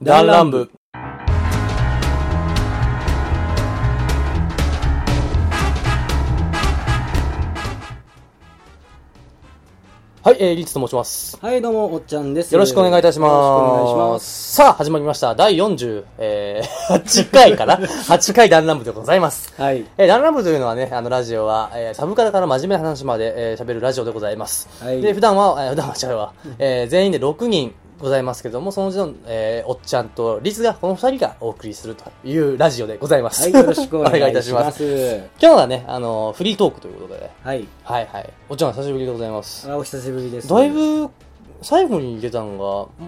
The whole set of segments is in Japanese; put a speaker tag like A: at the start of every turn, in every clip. A: 弾丸部。はい、えー、リッツと申します。
B: はい、どうも、おっちゃんです。
A: よろしくお願いいたします。
B: よろしくお願いします。
A: さあ、始まりました。第48、えー 8回かな ?8 回弾丸部でございます。
B: はい。
A: えー、ランラムというのはね、あの、ラジオは、えーサブカルから真面目な話まで、えー喋るラジオでございます。
B: はい
A: で、普段は、えー普段は違うわ、えー全員で6人ございますけども、そのうちの、えーおっちゃんとリズが、この2人がお送りするというラジオでございます。
B: はい、よろしくお願いいた し
A: お願いいたしま
B: ま
A: す。
B: す。
A: 今日はね、あの、フリートークということで、ね、
B: はい。
A: はいはい。おっちゃん、久しぶりでございます。
B: あお久しぶりです。
A: だいぶ、最後に出たのが、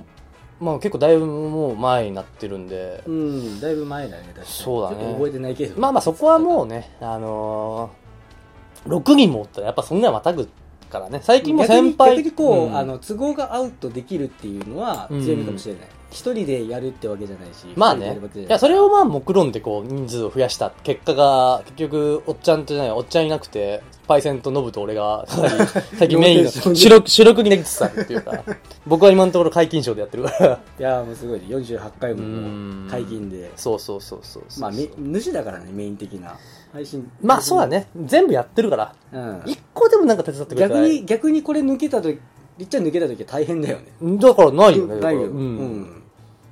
A: まあ結構だいぶもう前になってるんで、
B: うん、だいぶ前だね、確かに。
A: そうだね
B: ちょっと覚えてないけど。
A: まあまあそこはもうね、あのー、6人もおったらやっぱそんなまたぐからね、最近も
B: 逆に
A: 先輩。
B: 逆にこう、
A: うん
B: あの、都合が合うとできるっていうのは
A: うん
B: 強みかもしれない。一、人でやるってわけじゃないし。
A: まあ
B: 二人でや
A: ね
B: るわけじゃない
A: いや、それをまあ目論んでこう人数を増やした結果が、結局、おっちゃんとじゃない、おっちゃんいなくて、パイセンとノブと俺が、かな り最近メインの
B: ローテーションで
A: 主力、主力になりつつあるっていうか、 僕は今のところ解禁賞でやってるから。
B: いやもうすごいね。48回
A: うん
B: も解禁で。
A: そうそうそうそうそう
B: まあ、め主だからね、メイン的な。配信。
A: まあそうだ。ね。全部やってるから。
B: うん。
A: 一個でもなんか手伝ってくれた
B: 逆
A: ら。
B: に、逆にこれ抜けたとき、りっちゃん抜けたときは大変だよね。
A: だから ないよね。だから
B: ないよ。
A: うん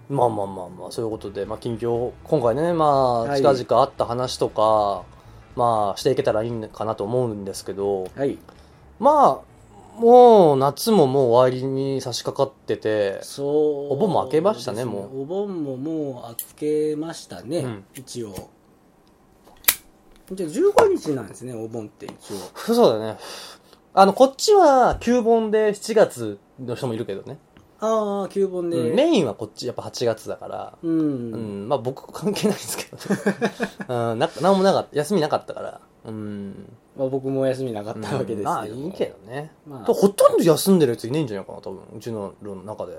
A: まあまあまあまあ、そういうことで、まあ近況、今回ね、まあ
B: はい
A: 近々あった話とか、まあしていけたらいいのかなと思うんですけど、
B: はい。
A: まあ、もう夏ももう終わりに差し掛かってて、
B: そう。
A: お盆も明けましたね
B: です
A: も
B: お盆ももう明けましたね、
A: うん
B: 一応。じゃあ15日なんですね、お盆って一応。
A: そうだね。あの、こっちは旧盆で7月の人もいるけどね。
B: ああ、旧盆で。
A: うんメインはこっちやっぱ8月だから、
B: う。
A: うんん、まあ僕関係ないですけど、 うん、ななんもなかった、休みなかったから、うん。
B: まあ僕もお休みなかったわけですけど。
A: まあいいけどね。
B: まあ、
A: ほとんど休んでるやついないんじゃないかな、多分。うちのルームの中で。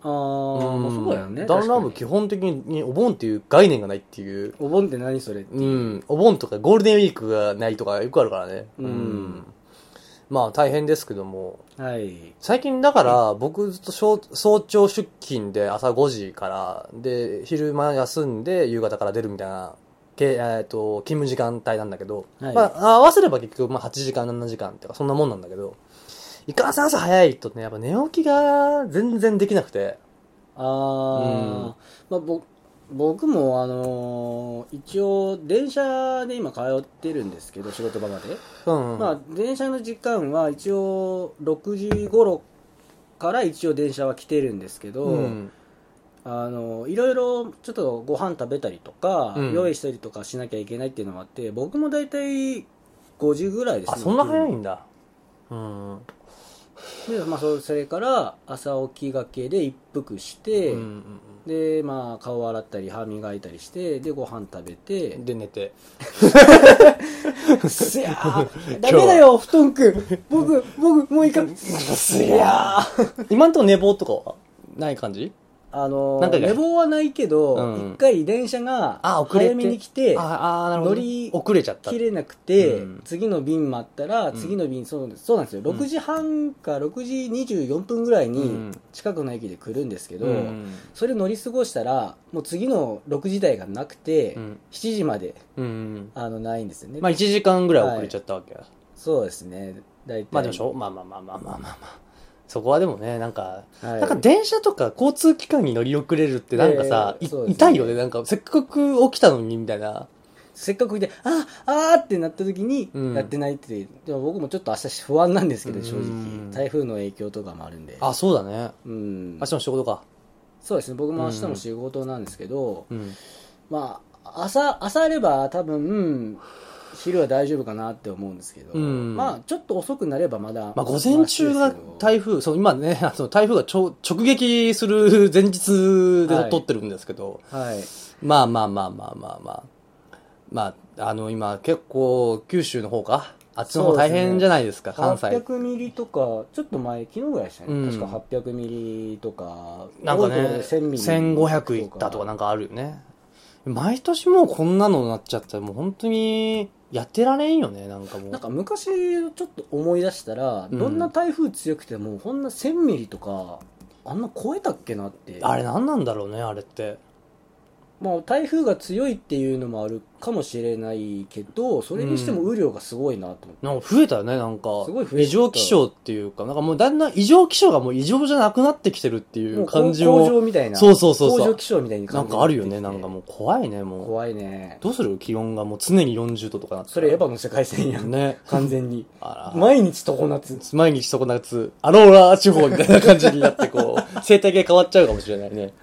B: あーまあ、そうだよね。
A: ダンラ
B: 確
A: ム
B: か
A: 基本的にお盆っていう概念がないっていう。
B: にお盆って何それって
A: うん。お盆とかゴールデンウィークがないとかよくあるからね。
B: うん
A: まあ大変ですけども。
B: はい。
A: 最近だから、僕ずっと早早朝出勤で朝5時から、で、昼間休んで夕方から出るみたいな、けえー、と勤務時間帯なんだけど、
B: はい
A: まあ、合わせれば結局まあ8時間、7時間ってか、そんなもんなんだけど、いかんせん朝早いとね、やっぱ寝起きが全然できなくて、
B: あー、
A: うん
B: まあぼ僕もあのー一応電車で今通ってるんですけど、仕事場まで。
A: うん。
B: まあ、電車の時間は一応6時頃から一応電車は来てるんですけど、
A: うん、
B: あのいろいろちょっとご飯食べたりとか、
A: うん
B: 用意したりとかしなきゃいけないっていうのもあって僕も大体5時ぐらいです
A: あ、
B: ね
A: そんな早いんだ。うん。
B: で、まあ、そそれから朝起きがけで一服して、
A: うん
B: でまあ顔洗ったり歯磨いたりしてでご飯食べて
A: で、寝て。
B: すやーダメだよ布団くん僕僕もういかんすやー
A: 今んとこ寝坊とかはない感じ
B: あの
A: なんか
B: ー、
A: ね
B: 寝坊はないけど、一、
A: うん
B: 回電車が
A: あ遅れて
B: 早めに来て、
A: ああ、なるほどね。
B: 乗り
A: 遅れちゃった。
B: 切れなくて、
A: うん
B: 次の便待ったら、
A: ん
B: 次の便、そうそうなんですよ、6時半か6時24分ぐらいうに
A: ん
B: 近くの駅で来るんですけど、
A: うん
B: それ乗り過ごしたら、もう次の6時台がなくて、
A: うん
B: 7時まで
A: うん。
B: あのないんですよね、
A: まあ1時間ぐらい遅れちゃったわけや。
B: そうですね、大体。
A: まあでもしょ、まあまあまあまあまあまあまあ。そこはでもね、なんか、
B: はい
A: なんか電車とか交通機関に乗り遅れるってなんかさ、
B: ええ
A: い
B: そうですね
A: 痛いよね。なんか、せっかく起きたのにみたいな。
B: せっかくいて、ああーってなった時に
A: うん、
B: やってないって、でも僕もちょっと明日不安なんです
A: う
B: けど、
A: ん
B: 正直。台風の影響とかもあるんで。
A: あ、そうだね。
B: うん
A: 明。日の仕事か。
B: そうですね、僕も明日も仕事なんですけど、
A: うん。
B: まあ、朝、朝あれば多分、昼は大丈夫かなって思うんですけど、
A: うん
B: まあ、ちょっと遅くなればまだ。
A: まあ午前中が台風、そう、今ね、 あの台風がちょ直撃する前日で
B: はい
A: 撮ってるんですけど、
B: 風。はい。
A: まあまあまあまあまあまあ。まあ、あの今結構九州の方かあっちの方大変じゃないですか、関西。
B: 800ミリとか、ちょっと前、昨日ぐらいでしたね。
A: うん
B: 確か800ミリとか、
A: なんかね、
B: 多いところで1000ミリ
A: 1500いったとかなんかあるよね。毎年もうこんなのなっちゃったらもう本当にやってられんよね、なんかもう。
B: なんか昔をちょっと思い出したら、
A: うん
B: どんな台風強くても、ほんな1000ミリとか、あんな超えたっけなって
A: あれ何なんだろうね、あれって。
B: まあ、台風が強いっていうのもあるかもしれないけどそれにしても雨量がすごいなと思って、
A: なんか増えたよね、なんか。
B: すごい増えた
A: 異常気象っていうか、なんかもうだんだん異常気象がもう異常じゃなくなってきてるっていう
B: もう
A: 感じ
B: 工
A: を。
B: 場みたいな
A: そうそうそうそう
B: 工場気象みたいに
A: なん
B: 感じ
A: かあるよね、なんか
B: う
A: もう怖いね、もう。
B: 怖いね
A: どうする気温がもう常に40度とかなって
B: それエヴァの世界線やん、
A: ね。
B: 完全に
A: あら。
B: 毎日常夏
A: 毎日そこなつ、アローラ地方みたいな感じになって、こ う、生態系変わっちゃうかもしれないね。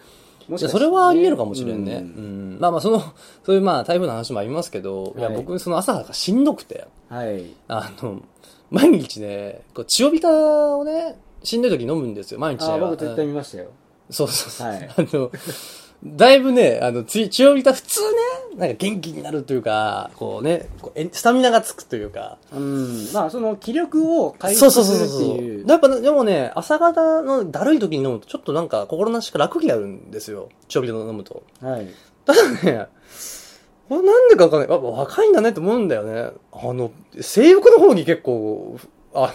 B: も
A: いやそれはあり得るかもしれんね。
B: う
A: うん。まあまあ、その、そういうまあ、台風の話もありますけど、いや、
B: はい
A: 僕、その朝がしんどくて、
B: はい
A: あの、毎日ね、こう、千代ビタをね、しんどい時飲むんですよ、毎日ね。
B: ああ僕絶対
A: うん
B: 見ましたよ
A: そうそうそう。
B: はい
A: あの、だいぶね、あの、つ千代ビタ普通ね、なんか元気になるというか、こうね、こうえスタミナがつくというか、
B: うんまあその気力を回
A: そう
B: 復
A: そう
B: す
A: そう
B: る
A: そう
B: っていう
A: やっぱね、でもね、朝方のだるい時に飲むと、ちょっとなんか心なしか楽になるんですよ。調味料飲むと。
B: はい
A: ただね、これなんでかわかんない。やっぱ若いんだねって思うんだよね。あの、性欲の方に結構、あ、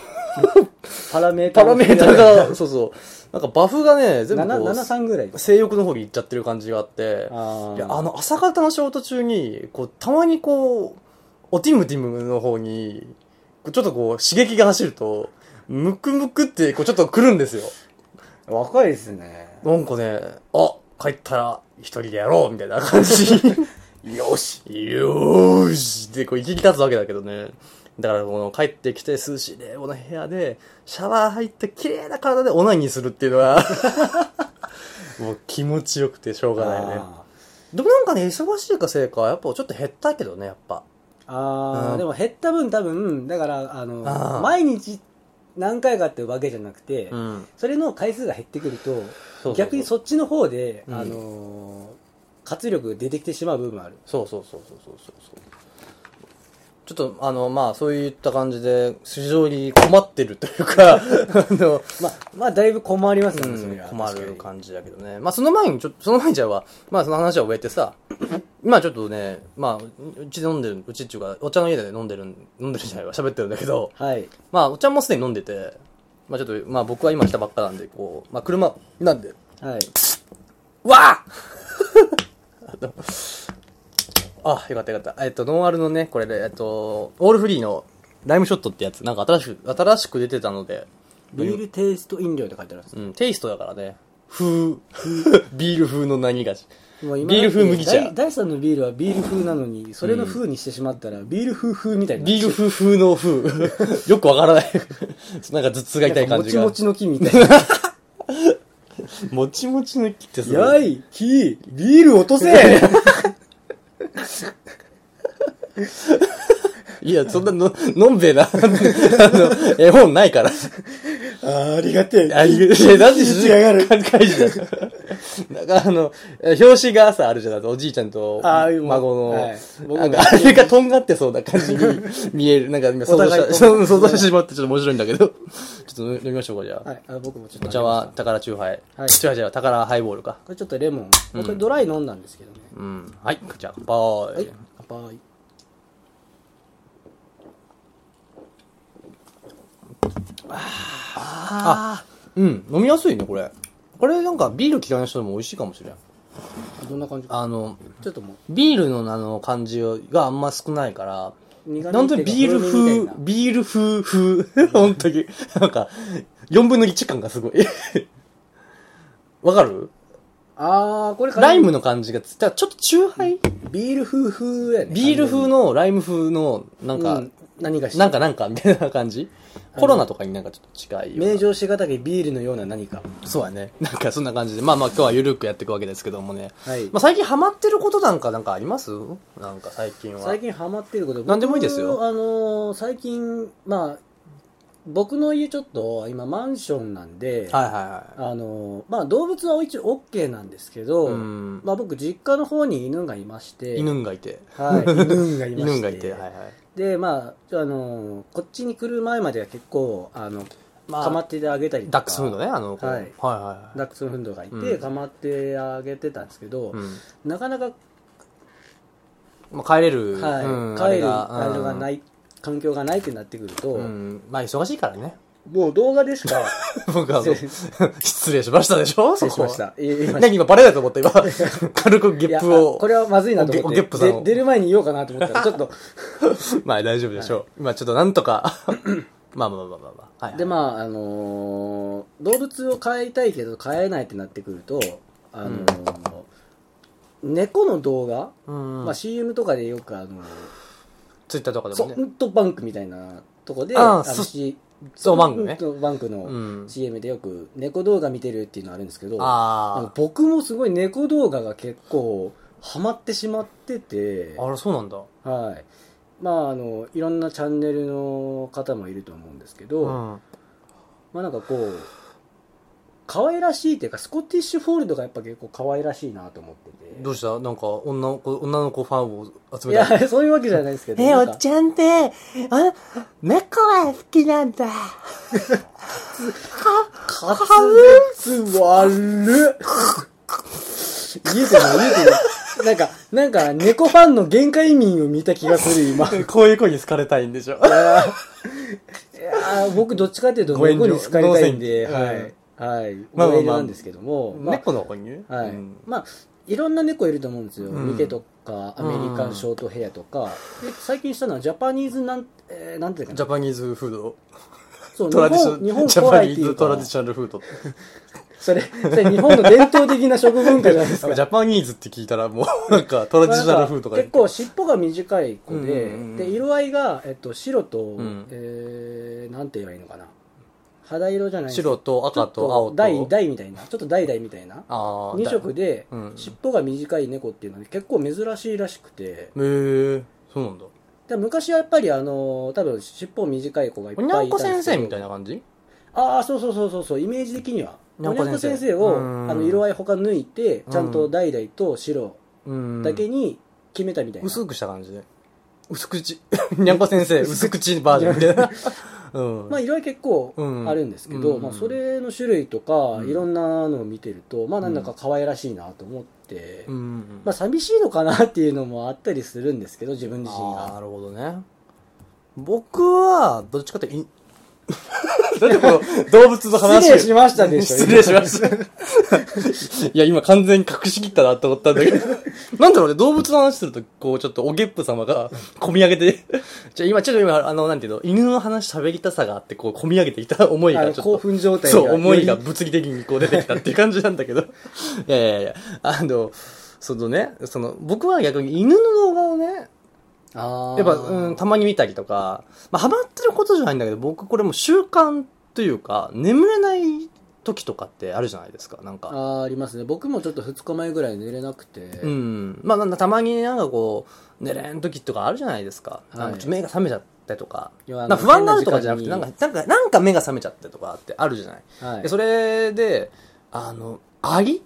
B: パラメータ
A: パ
B: ー
A: ラメータ ーが、そうそう。なんかバフがね、全部こう、
B: 73ぐらい
A: 性欲の方に行っちゃってる感じがあって。
B: あ
A: い
B: ー
A: や、あの、朝方の仕事中に、こう、たまにこう、おティムティムの方に、こうちょっとこう、刺激が走ると、ムクムクって、こう、ちょっと来るんですよ。
B: 若いですね
A: なんかね、あ、帰ったら一人でやろうみたいな感じ。よしよーしで、こう、行き立つわけだけどね。だから、この、帰ってきて、涼しいね、この部屋で、シャワー入って、綺麗な体でオナニーするっていうのは、もう気持ちよくてしょうがないね。
B: あ
A: でもなんかね、忙しいかせいか、やっぱちょっと減ったけどね、やっぱ。
B: ーあ
A: う
B: ー
A: ん
B: でも減った分多分だからあの
A: あー
B: 毎日何回かってわけじゃなくて、
A: ん。
B: それの回数が減ってくると
A: そうそうそう
B: 逆にそっちの方で、
A: うん
B: あのー活力が出てきてしまう部分もある
A: そうそうそうそうそうそうそうちょっとあのまあそういった感じで非常に困ってるという かあの、
B: まあまあだいぶ困りますよね、それは
A: 困る
B: 確かに
A: 感じだけどねまあその前にちょっとその前にじゃあまあその話は終えてさ今ちょっとねまあうちで飲んでるうちっていうかお茶の家で飲んでる飲んでるじゃないわ喋ってるんだけど
B: はい
A: まあお茶もすでに飲んでてまあちょっとまあ僕は今来たばっかなんでこうまあ車なんで
B: はい
A: わあ あのあ、よかったよかった。えっと、ノンアルのね、これで、えっと、オールフリーのライムショットってやつ、なんか新しく、新しく出てたので、
B: ビールテイスト飲料って書いてあるんです
A: うん、テイストだからね、風、ビール風の何がし。
B: もう今
A: ビール風麦茶
B: 第第三のビールはビール風なのに、それの風にしてしまったら、ビール風風みたいになっ
A: ビー
B: ちゃ
A: ル
B: う。
A: 風風の 風。よくわからない。なんか頭痛が痛い
B: な
A: 感
B: んかも
A: じ
B: ち
A: が。
B: もちの木みたいな。
A: もちもちの木ってす
B: や
A: ごい。
B: い、木、ビール落とせ
A: いや、そんなの、のんべえな。あ の、絵本ないから。
B: ああり がてえ
A: あ、いや、いやなんで静かがる感じだ。 なんかあの、表紙がさ、あるじゃないおじいちゃんと、
B: あー
A: 孫の、
B: はい僕も
A: なんか、あれがとんがってそうな感じに見え る。なんか、今想像
B: お互いと
A: した、
B: ん
A: そう想像してしまってちょっと面白いんだけど。ちょっと飲みましょうか、じゃあ。
B: はい、あ僕もちょっ
A: お
B: と。
A: 茶は、宝チューハイ。
B: はい
A: 違う違う、宝ハイボールか。
B: これちょっとレモン。僕これドライ飲んだんですけどね。
A: うん。はい、じゃあ、乾杯。
B: はい、乾杯。あ
A: うん、飲みやすいね、これ。これなんか、ビール嫌いな人でも美味しいかもしれん。
B: あどんな感じか。
A: あの、
B: ちょっとも
A: ビールのあの、感じがあんま少ないから、
B: う、苦味
A: なんでビール
B: みた
A: 風
B: い、な
A: ビール風風。 本当に。なんか、4分の1感がすごい。 わかる
B: あー、これ
A: ライムの感じがつ、だからちょっと中杯
B: ビール風風やね。
A: ビール風のライム風の、な
B: うんん、
A: か、
B: 何かし
A: なんかなんかみたいな感じコロナとかになんかちょっと近いような
B: 名城しがたけビールのような何か。
A: そうやね。なんかそんな感じで。まあまあ今日はゆるくやっていくわけですけどもね。
B: はい
A: まあ最近ハマってることなんかなんかありますなんか最近は。
B: 最近ハマってること
A: 何でもいいですよ
B: 僕あのー最近まあ僕の家ちょっと今マンションなんで、
A: はいはいは
B: あのーまあ動物は一応 OK なんですけど、
A: うん
B: まあ僕実家の方に犬がいまして
A: い。犬がいて。
B: はい、犬がいまし て
A: 犬がいて。はいはい。
B: でまあ、あのーこっちに来る前までは結構あの、
A: まあ
B: かまってあげたりとか
A: ダックスフードね、あの、こう
B: はい
A: はいはいはい。
B: ダックスフンドがいて、
A: うん
B: かまってあげてたんですけど、
A: うん
B: なかなか
A: まあ、帰れる、
B: はい
A: うん
B: 帰る
A: あれ、
B: あれがないい環境がないってなってくると、
A: うんまあ忙しいからね
B: もう動画でしか
A: 僕はあの失礼しましたでしょ
B: 失
A: そこ
B: 礼しま
A: は
B: した。え言いまし た
A: 何今バレないと思 った今。軽くゲップ
B: いやあ
A: を。
B: これはまずいなと
A: お
B: 思っ
A: ゲ
B: て
A: ップさんを
B: で出る前に言おうかなと思ったらちょっと
A: まあ大丈夫でしょう。今ちょっとなんとか。 まあまあまあまあまあ。はい、
B: でまああのー動物を飼いたいけど飼えないってなってくるとあのー猫の動
A: あ、
B: 画、
A: うん。
B: ま
A: ま
B: あ、
A: あ、
B: CM とかでよくあのー
A: ツイッターとかで
B: ソ
A: もね。
B: フトバンクみたいなとこで
A: あー
B: の
A: ソ
B: し
A: ソフトバンクね
B: ソフトバンク
A: う
B: の
A: ん。
B: CM でよく猫動画見てるっていうのあるんですけどあの
A: あ
B: 僕もすごい猫動画が結構ハマってしまってて
A: あ。あら、そうなんだ。う
B: はいまああのいろんなチャンネルの方もいると思うんですけど、
A: ん。あ
B: まあなんかこう可愛らしいっていうかスコティッシュフォールドがやっぱ結構可愛らしいなと思ってて
A: どうしたなんか、女の子、女の子ファンを集
B: い
A: めたい。
B: やそういうわけじゃないですけどなんか
A: ゃんって、あ、猫は好きなんだ。
B: 滑舌悪っ言えてない言えてないなんかなんか猫ファンの限界民を見た気がする今い
A: こういう子に好かれたいんでしょ。
B: やーいやー僕どっちかっていうと
A: ご遠慮
B: 猫に好かれたいんで
A: ご
B: は
A: 遠慮
B: いはい
A: まあまあまあ
B: 思い入れなんですけどもま あ
A: 猫の子にね。
B: はい、
A: うん
B: まあいろんな猫いると思うんですよ、
A: うん
B: ミケとかアメリカンショートヘアとか、で最近したのはジャパニーズなん,、えーなんていうか
A: ジ
B: な
A: ャパニーズフード。
B: そう日
A: トラディショ
B: 本日
A: ン、
B: 本
A: ジャ
B: 古
A: パ
B: 来
A: ニ
B: って
A: ー
B: いう
A: ズトラ
B: か
A: ディショナルフードって。
B: それそれ日本の伝統的な食文化じゃないですか
A: ジャパニーズって聞いたらもうなんかトラディショナルフードが
B: 結構尻尾が短い子で,、
A: うんうんうん
B: で色合いが、えっと、白と、
A: ん
B: えーなんて言えばいいのかな肌色じゃないです
A: 白と赤と青と
B: 大大みたいなちょっと大々みたいな
A: ああ
B: 2色
A: へ
B: で
A: うん
B: 尻尾が短い猫っていうのは結構珍しいらしくて
A: えそうなんだ
B: で昔はやっぱりあのー多分尻尾短い子がいっぱ
A: お
B: いい
A: に
B: た
A: ゃ
B: ん
A: ん
B: で
A: こ
B: すけど
A: 先生みたいな感じ
B: ああそうそうそうそうそうイメージ的には
A: にゃ
B: お
A: ん
B: にゃ
A: こ
B: んこ
A: 先生
B: 先生を
A: うん
B: あの色合い他抜いて
A: うん
B: ちゃんと代々と白
A: うん
B: だけに決めたみたいな、
A: 薄くした感じで薄口 にゃんこ先生薄口バージョンみ たいなうん
B: まあ色合い結構
A: うん
B: あるんですけど、
A: うん
B: まあ、それの種類とか
A: うん
B: いろんなのを見てると、まあなんだか可愛らしいなと思って、
A: うんうん
B: まあ寂しいのかなっていうのもあったりするんですけど自分自身
A: あーな
B: が
A: るほどね僕はどっちかってい だってこの動物の話
B: 失礼しましたでしょ
A: 失礼しました。 いや、今完全に隠しきったなと思ったんだけど。 なんだろうね、動物の話すると、こう、ちょっとおげっぷ様が、込み上げて、じゃあ今、ちょっと今、あの、なんていうの、犬の話喋りたさがあって、こう、込み上げていた思い
B: あ
A: が、
B: の
A: ち
B: 興
A: ょっと。
B: 奮状態
A: そう、思いが
B: より
A: 物理的にこう出てきたっていう感じなんだけど。いやいやいや、あの、そのね、その、僕は逆に犬の動画をね、
B: あー
A: やっぱ、うん、たまに見たりとか、まあ、ハマってることじゃないんだけど、僕これもう習慣というか、眠れない時とかってあるじゃないですか、なん
B: あ
A: か。
B: ーありますね僕もちょっと2日前ぐらい寝れなくて、
A: うん。まあ、なんだたまになんかこう、寝れん時とかあるじゃないですか。
B: い
A: なんかちょっと目が覚めちゃったりとか。
B: いやあの
A: なんか不安があるとかじゃなくて、な
B: 変
A: ん
B: な
A: か、なんか、なんか目が覚めちゃったりとかってあるじゃない。
B: はい
A: でそれで、あの、アリ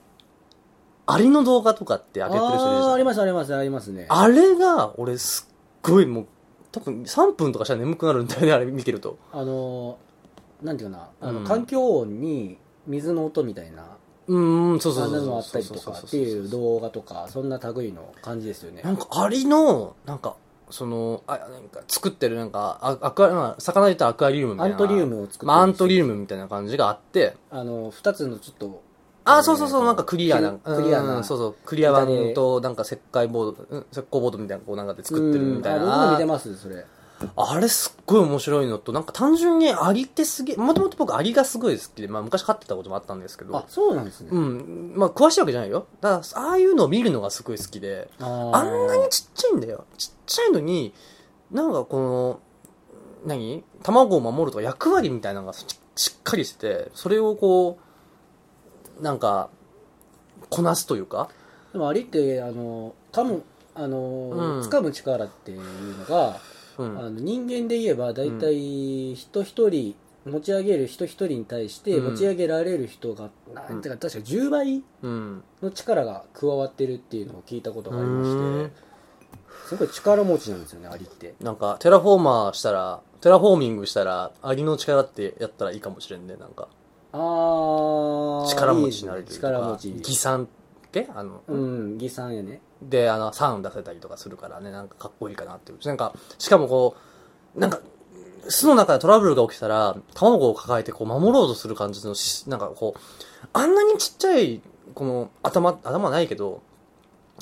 A: アリの動画とかって上げてる人いるじゃ
B: あー
A: な
B: あ
A: い
B: りますありますありますね
A: あれが、俺すっごいもう、多分3分とかしたら眠くなるんだよね、あれ見てると。
B: あのーなんていうかなあの、
A: うん
B: 環境音に水の音みたいな
A: うーん、そうそ
B: あ
A: うんそ
B: な
A: うそう。
B: のあったりとかっていう動画とかそんな類の感じですよね
A: なんか、アリの、なんか、その、あ、なんか、作ってる、なんか、あアクア、まあ魚で言ったらアクアリウムみた
B: ア
A: いな。
B: ントリウムを作ってるんですよ
A: まあ、アントリウムみたいな感じがあって、
B: あの2つのちょっと
A: あ
B: え
A: ー、
B: ー
A: そうそうそう、なんかクリアな、
B: クリアな
A: うんそうそう、クリア版と、なんか石灰ボード、うん石膏ボードみたいな、こうなんかで作ってるみたい
B: うんあ僕も見て
A: な。
B: ますそれ
A: あれすっごい面白いのと、なんか単純にアリってすげえ、もともと僕アリがすごい好きで、まあ昔飼ってたこともあったんですけ
B: あ
A: ど、
B: そうなんですね、
A: うん、まあ詳しいわけじゃないよ。だから、ああいうのを見るのがすごい好きで、
B: あー
A: あんなにちっちゃいんだよ。ちっちゃいのに、なんかこの、何卵を守るとか役割みたいなのがししっかりしてて、それをこう、なんか、こなすというか。
B: でもアリってあの噛むあのー、
A: うん
B: 掴む力っていうのが
A: う
B: あの
A: ん。
B: 人間で言えば大体人一人、持ち上げる人一人に対して
A: うん
B: 持ち上げられる人が、なんていうか確か10倍
A: うん。
B: の力が加わってるっていうのを聞いたことがありま
A: う
B: し
A: ーん
B: てすごい力持ちなんですよねアリって
A: なんか、テラフォーマーしたら、テラフォーミングしたら、アリの力ってやったらいいかもしれんね、なんか。
B: あー
A: 力持ちになる
B: いい
A: と
B: で
A: いう
B: す
A: か。
B: ね力持ち
A: 擬産ってあの、
B: うん義さんやね
A: で、あの、サウン出せたりとかするからね、なんかかっこいいかなっていう。なんか、しかもこう、なんか、巣の中でトラブルが起きたら、卵を抱えてこう守ろうとする感じのし、なんかこう、あんなにちっちゃい、この頭、頭ないけど、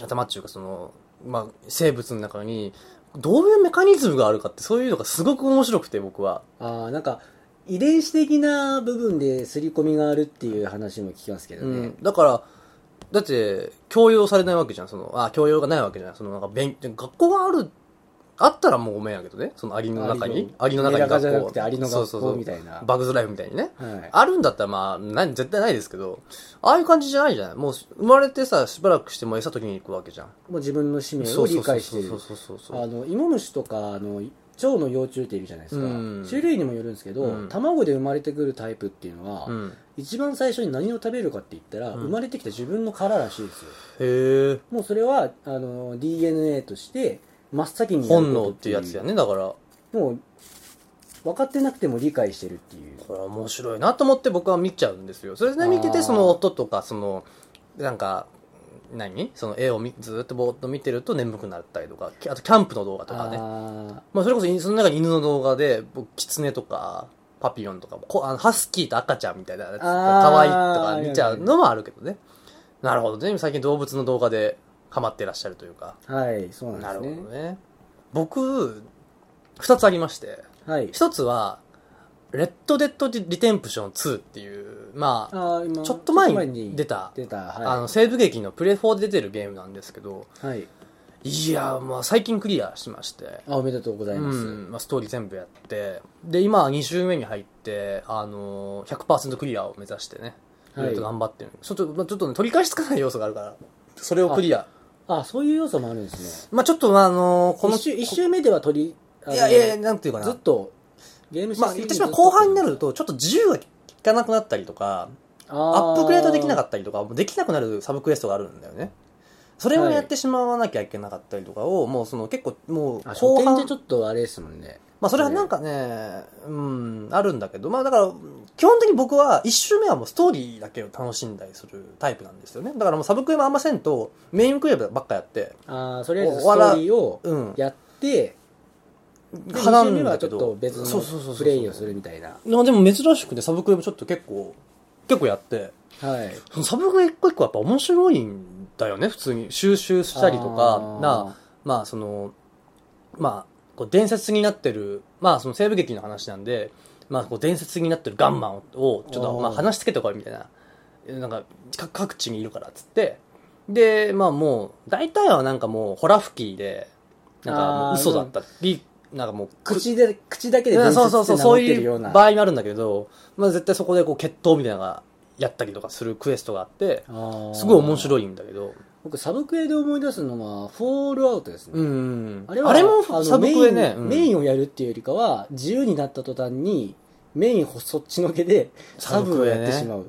A: 頭っていうかその、まあ、生物の中に、どういうメカニズムがあるかって、そういうのがすごく面白くて、僕は。
B: ああなんか遺伝子的な部分で刷り込みがあるっていう話も聞きますけど
A: う
B: ね、
A: ん、だから、だって、強要されないわけじゃん。その、あ、強要がないわけじゃん。その、なんか、勉、学校がある、あったらもうごめんやけどね。その、アリの中に。アリの中に
B: メダ
A: 学
B: カじゃ
A: 校。
B: なくてアリの学校み
A: い
B: たいな
A: バグズライフみたいにね。
B: はい
A: あるんだったらまあ、な絶対ないですけど、ああいう感じじゃないじゃないもう、生まれてさ、しばらくしても餌取りに行くわけじゃん。
B: もう自分の使命
A: そ
B: を
A: うそ
B: 理
A: うそう
B: 解して
A: そ
B: いる
A: うそうそうそ
B: あ
A: う。
B: の芋虫とかあの蝶の幼虫っているじゃないですか、
A: うん
B: 種類にもよるんですけど、
A: うん
B: 卵で生まれてくるタイプっていうのは、
A: うん。
B: 一番最初に何を食べるかって言ったら、
A: うん
B: 生まれてきた自分の殻らしいですよ
A: へえ。
B: もうそれはあの DNA として真っ先にやる
A: 本
B: こと
A: 能っていうやつや
B: ね
A: ね。だから、
B: もう分かってなくても理解してるっていう
A: これは面白いなと思って僕は見ちゃうんですよ。それで見て
B: あー
A: て、その音とか、その、なんか、何その絵をみずーっとぼーっと見てると眠くなったりとか、きあとキャンプの動画とかね。
B: あ
A: まあそれこそい、その中に犬の動画で、僕、キツネとか、パピヨンとかも、こあのハスキーと赤ちゃんみたいなやつ、
B: あ
A: か
B: ー
A: わいいとか見ちゃうのもあるけどね。なるほどね。最近動物の動画でハマってらっしゃるというか。
B: ーはいそう
A: な
B: な
A: る
B: ん
A: ほ
B: で
A: ど
B: すね
A: ね。僕、二つありまして。
B: はい
A: 一つは、レッドデッドリテンプション2っていう、まあ、
B: あー今
A: ちょっと前に出た、
B: 出た
A: あ
B: は
A: の、西部劇のプレ4で出てるゲームなんですけど、
B: い、はい、
A: いや、まあ最近クリアしまして。
B: あおめでとうございます、
A: うんまあ、ストーリー全部やってで今2周目に入って、あのー、100%クリアを目指してね、
B: は
A: いろ
B: い
A: いろと頑張ってるちょっと,、まあ、ちょっとね取り返しつかない要素があるからそれをクリア
B: あそういう要素もあるんですね
A: まあ、ちょっと、あのーこ
B: この
A: の
B: 一周一周目では取りあの
A: いやいやいやなんていうかな
B: ずっとゲームシステ
A: ま
B: ム
A: あ、
B: ず
A: 言っ
B: っ
A: て
B: と
A: しまう後半になるとちょっと自由が利かなくなったりとかアップグレードできなか
B: っ
A: ったりとかできなくなるサブクエストがあるんだよねそれをやってしまわなきゃいけなかったりとかを、もうその結構もう
B: あ初
A: 後
B: 見
A: 半
B: でちょっとあれですもんね
A: まあそれはなんかね、うん、あるんだけど、まあだから、基本的に僕は一周目はもうストーリーだけを楽しんだりするタイプなんですよね。だからもうサブクエもあんませんと、メインクエばっかやって、
B: ああとりあえず
A: お
B: スト
A: 終わら
B: ーリーを
A: うん。
B: やってで一
A: 花な
B: 周
A: んだけど
B: 目はちょっと別
A: そうそうそうそ
B: の
A: う
B: プレイをするみたいない
A: やでも珍しくてサブクエもちょっと結構、結構やって、
B: はい
A: そのサブクエ一個一個やっぱ面白いんだよね、普通に。収集したりとか、な、まあその、まあ、こう伝説になってる、まあその西部劇の話なんで、まあこう伝説になってるガンマンををちょっと
B: おー
A: まあ話つけてこいみたいな、なんかか各地にいるからっつって、で、まあもう、大体はなんかもうホラ吹きで、なんかも
B: あ
A: う
B: ー
A: 嘘だったり、なんかもうく
B: 口で口だけで
A: いや
B: 分
A: そうそ
B: 析
A: う
B: し
A: そ
B: て
A: う、そう
B: 名乗ってる
A: い
B: よう
A: う
B: な
A: 場合もあるんだけど、まあ絶対そこでこう決闘みたいなのがやったりとかするクエストがあって、すごい面
B: い
A: 白いんだけど、
B: 僕サブクエで思い出すのはフォールアウトですね、
A: うん。
B: あれは
A: もサブクエね
B: あ。の
A: うん
B: メインメインをやるっていうよりかは自由になった途端にメインをそっちのけ でサブをやってしまう、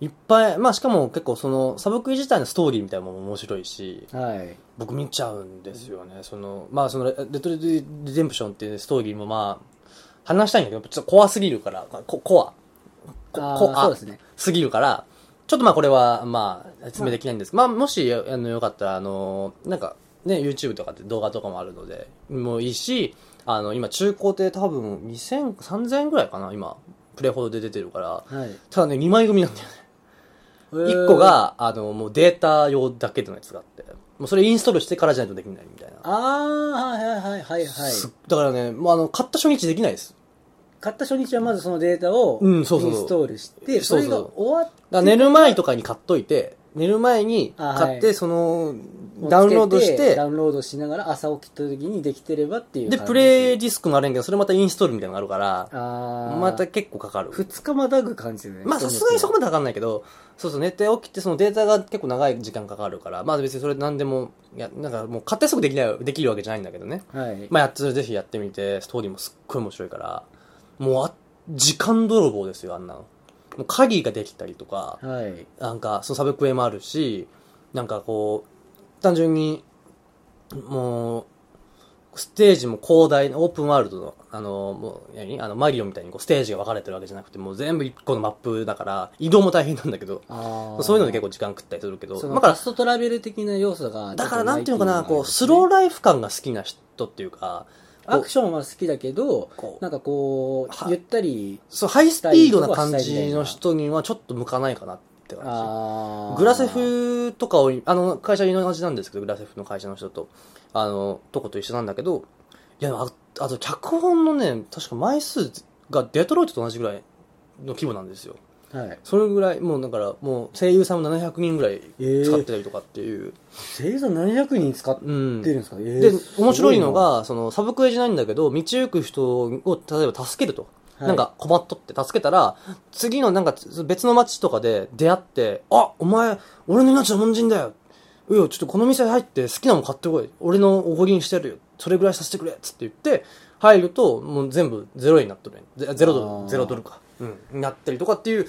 A: いっぱい、まあしかも結構そのサブクエ自体のストーリーみたいなのも面白いし、
B: はい
A: 僕見ちゃうんですよね。その、まあそのレレトロディデンプションっていうストーリーもまあ、話したいんだけど、ちょっと怖すぎるから、こ怖
B: あ
A: こ
B: ーそうですね
A: すぎるから、ちょっとまあこれはまあ説明できないんですけど、まあもしあのよかったら、あの、なんかね、YouTube とかって動画とかもあるので、もういいし、あの今中古で多分2000、3000円ぐらいかな、今。プレホードで出てるから。
B: はい
A: ただね、2枚組なんだよね。
B: えー
A: 一個が、あの、もうデータ用だけのやつがあって、もうそれインストールしてからじゃないとできないみたいな。
B: ああはいはいはいはい
A: すだからね、もうあの、買った初日できないです。
B: 買った初日はまずそのデータをイ
A: う
B: ン
A: んそうそう
B: ストールしてそ
A: そう
B: れ
A: そう
B: が終わっ
A: だから寝る前とかに買っといて、寝る前に
B: あ
A: 買っ
B: は
A: て、
B: い
A: その、ダウンロードし
B: ダウ
A: て、
B: ンロードしながら朝起きた時にできてればっていう
A: で、
B: 感じ
A: プレイディスクもあるんやけど、それまたインストールみたいなのがあるから、
B: ああ
A: また結構かかる。
B: 2日またぐ感じですね
A: まあさすがにそこまでかかんないけど、そうそう、寝て起きてそのデータが結構長い時間かかるから、まあ別にそれ何でも、いや、なんかもう買ってすぐできない、できるわけじゃないんだけどね。
B: はい
A: まあ、やってぜひやってみて、ストーリーもすっごい面白いから、もうあ、時間泥棒ですよ、あんなの。もう鍵ができたりとか、
B: はい
A: なんか、そのサブクエもあるし、なんかこう、単純に、もう、ステージも広大な、オープンワールドの、あの、もう、何あの、マリオみたいにこう、ステージが分かれてるわけじゃなくて、もう全部一個のマップだから、移動も大変なんだけど、
B: あ
A: そういうので
B: 結
A: 結構時間食ったりするけど、
B: そ
A: ま
B: の
A: あだから
B: ファ、ストトラベル的な要素が
A: だからなんていうのかな、こう、ス
B: ー
A: ローライフ感が好きな人っていうか、
B: アクションは好きだけど
A: こう
B: なんかこう
A: は
B: ゆったり
A: そう、ハイスピードな感じの人にはちょっと向かないかなって感じ。
B: あー
A: グラセフとかを、あの、会社同じなんですけど、グラセフの会社の人と、あの、とこと一緒なんだけど、いや、ああと、脚本のね、確か枚数がデトロイトと同じぐらいの規模なんですよ。
B: はい
A: それぐらい、もうだから、もう声優さんも700人ぐらい使ってたりとかっていう。
B: 声優さん700人使って
A: うん。
B: るんですか、えー
A: で、
B: すご
A: 面白いのが、その、サブクエじゃないんだけど、道行く人を、例えば助けると。
B: はい
A: なんか困っとって助けたら、次のなんか別の町とかで出会って、あ、お前、俺の命の恩人だよ。うよ、ちょっとこの店入って好きなもん買ってこい。俺のおごりにしてやるよ。それぐらいさせてくれ。つって言って、入ると、もう全部ゼロ円になっとるね。ゼゼロ
B: あ
A: ド
B: ー
A: ル、ゼロドルか。うん。になったりとかっていう、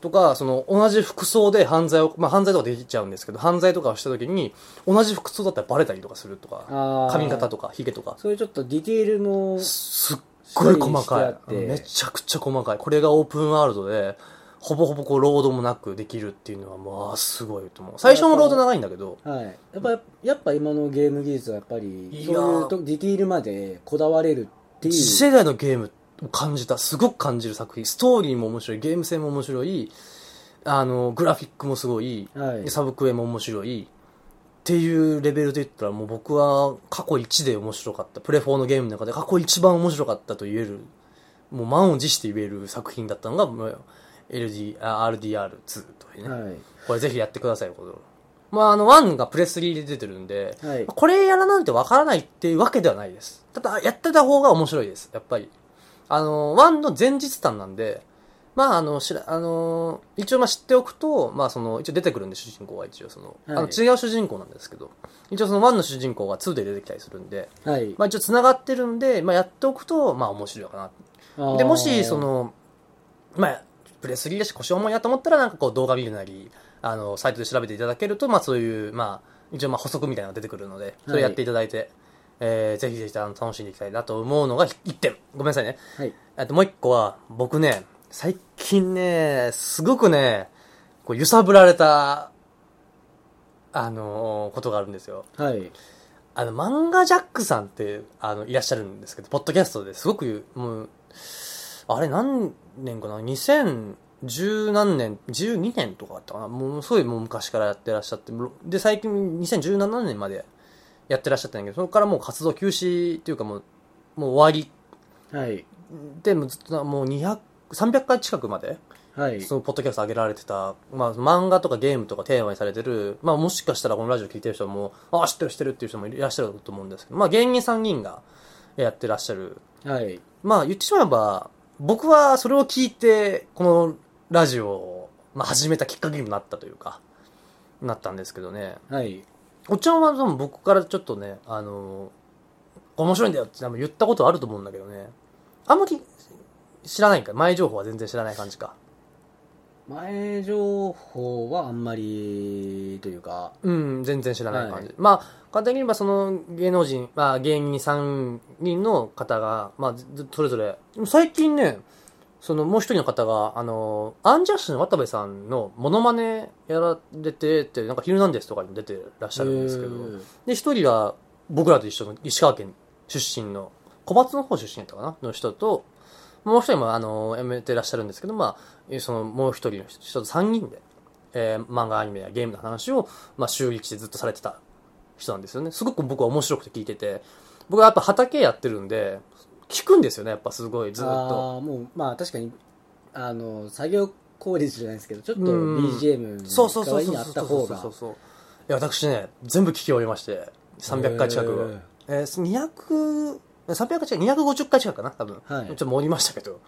A: とか、その、同じ服装で犯罪を、まあ犯罪とかできちゃうんですけど、犯罪とかをした時に、同じ服装だったらバレたりとかするとか。
B: あー
A: 髪型とかヒゲとか
B: そういうちょっとディテールも
A: すっごい細
B: 処理
A: か
B: してあっ
A: い
B: て
A: めちゃくちゃ細かいこれがオープンワールドでほぼほぼこうロードもなくできるっていうのはまあすごいと思う最初のロード長いんだけど
B: はい、やっぱやっぱ今のゲーム技術はやっぱり
A: いやー
B: そういうとディティールまでこだわれるっていう
A: 次世代のゲームを感じたすごく感じる作品ストーリーも面白いゲーム性も面白いあのグラフィックもすごい、
B: はい
A: サブクエも面白いっていうレベルで言ったらもう僕は過去1で面白かったプレ4のゲームの中で過去一番面白かったと言えるもう満を持して言える作品だったのがもう LD あ RDR2 というね、
B: はい
A: これぜひやってくださいこれをまああの1がプレス3で出てるんで、
B: はい
A: これやらなんてわからないっていうわけではないです。ただ、やってた方が面白いです。やっぱり。あの、ワンの前日談なんで、まあ、あの、知ら、あの、一応まあ知っておくと、まあその、一応出てくるんで、主人公は一応その、
B: は
A: あ
B: い
A: の違う主人公なんですけど、一応そのワンの主人公が2で出てきたりするんで、
B: はい、
A: まあ一応繋がってるんで、まあやっておくと、まあ面白いかな
B: あー
A: で、もし、その、まあ、プレスリーだし、故障もんやと思ったら、なんかこう、動画見るなり、あの、サイトで調べていただけると、まあ、そういう、まあ、一応、まあ、補足みたいなのが出てくるので、それやっていただいて、えーぜひぜひ、あの、楽しんでいきたいなと思うのが1点。ごめんなさいね。
B: はい
A: あともう1個は、僕ね、最近ね、すごくね、こう、揺さぶられた、あのーことがあるんですよ。
B: はい
A: あの、漫画ジャックさんって、あの、いらっしゃるんですけど、ポッドキャストですごく、もう、あれ何年かな ?2010 何年 ?12 年とかだったかなもう、すごいもう昔からやってらっしゃって、で、最近2017年までやってらっしゃったんだけど、そこからもう活動休止っていうかもう、もう終わ
B: はい
A: りで、もうずっともう200、300回近くまで
B: はい
A: そのポッドキャスト上げられてた、まあ、漫画とかゲームとかテーマにされてる、まあ、もしかしたらこのラジオ聞いてる人も、ああ、知ってる知ってるっていう人もいらっしゃると思うんですけど、まあ、芸人3人がやってらっしゃる。
B: はい
A: まあ、言ってしまえば、僕はそれを聞いて、このラジオを、まあ、始めたきっかけにもなったというか、なったんですけどね。
B: はい
A: おっちゃんは多分僕からちょっとね、あの、面白いんだよって多分言ったことはあると思うんだけどね。あんまり知らないんか。前情報は全然知らない感じか。
B: 前情報はあんまりというか
A: うん、全然知らない感じ。
B: はい
A: まあ、簡単に言えば、その芸能人、まあ、芸人3人の方が、まあ、ずずそれぞれ、最近ね、そのもう一人の方が、あの、アンジャッシュの渡部さんのモノマネやられてて、なんかヒルナンデスとかにも出てらっしゃるんですけど、
B: うん
A: で、一人は僕らと一緒の石川県出身の、小松の方出身だったかなの人と、もう一人もあの、辞めてらっしゃるんですけど、まあえー、そのもう一人の人人と三人で、えー漫画アニメやゲームの話を、まあ、週一でずっとされてた人なんですよね。すごく僕は面白くて聞いてて、僕はやっぱ畑やってるんで、聞くんですよね、やっぱすごい、ずっと。
B: あーもうまあ確かにあの作業効率じゃないですけどちょっと
A: うん
B: BGM
A: そうそうそうそう
B: あ
A: そう
B: った
A: そうそ
B: 方
A: う
B: が
A: そうそう。いや、私ね、全部聞き終えまして、300回近くは。えー、200、300回近く、250回近くかな、多分。
B: はい
A: ちょっと盛りましたけど。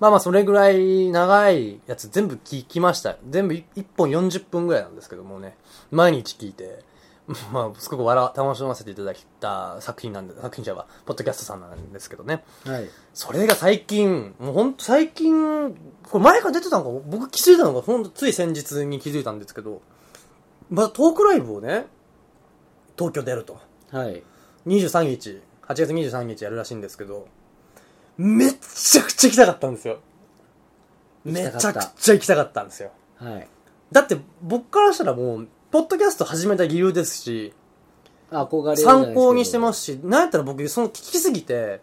A: まあまあ、それぐらい長いやつ全部聞きました。全部1本40分ぐらいなんですけどもね。毎日聞いて、 まあ、すごく笑わ、楽しませていただいた作品なんで、作品じゃば、ポッドキャストさんなんですけどね。
B: はい
A: それが最近、もうほんと最近、これ前から出てたのか、僕気づいたのか、ほんとつい先日に気づいたんですけど、まあ、トークライブをね、東京でやると。
B: はい
A: 23日、8月23日やるらしいんですけど、めっちゃくちゃ行きたかったんですよ。
B: 行き
A: め
B: たかっ
A: ち
B: た
A: ゃくちゃ行きたかったんですよ。
B: はい
A: だって僕からしたらもう、ポッドキャスト始めた理由ですし、
B: 憧れじゃないです
A: 参
B: けど
A: 考にしてますし、なんやったら僕、その聞きすぎて、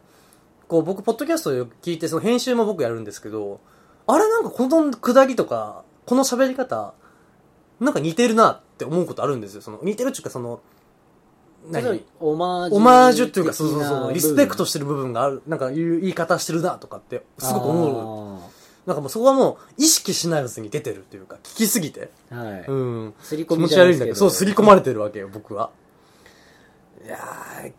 A: こう僕、ポッドキャストをよく聞いて、その編集も僕やるんですけど、あれなんかこの下りとか、この喋り方、なんか似てるなって思うことあるんですよ。その似てるっていうか、その、
B: それ
A: 何
B: オマージュ
A: オマージュっていうか、そうそう
B: 的な
A: そ
B: 部
A: う、
B: 分
A: リスペクトしてる部分がある、なんかいう言い方してるなとかって、すごく思う。なんかもうそこはもう、意識しないうちに出てるっていうか、聞きすぎて。
B: あーはい、
A: うん。
B: すり
A: 気
B: 込
A: 持
B: み
A: ち
B: じゃな
A: 悪
B: で
A: いん
B: す
A: だけど、
B: ど
A: そう、刷り込まれてるわけよ、僕は。いやー、一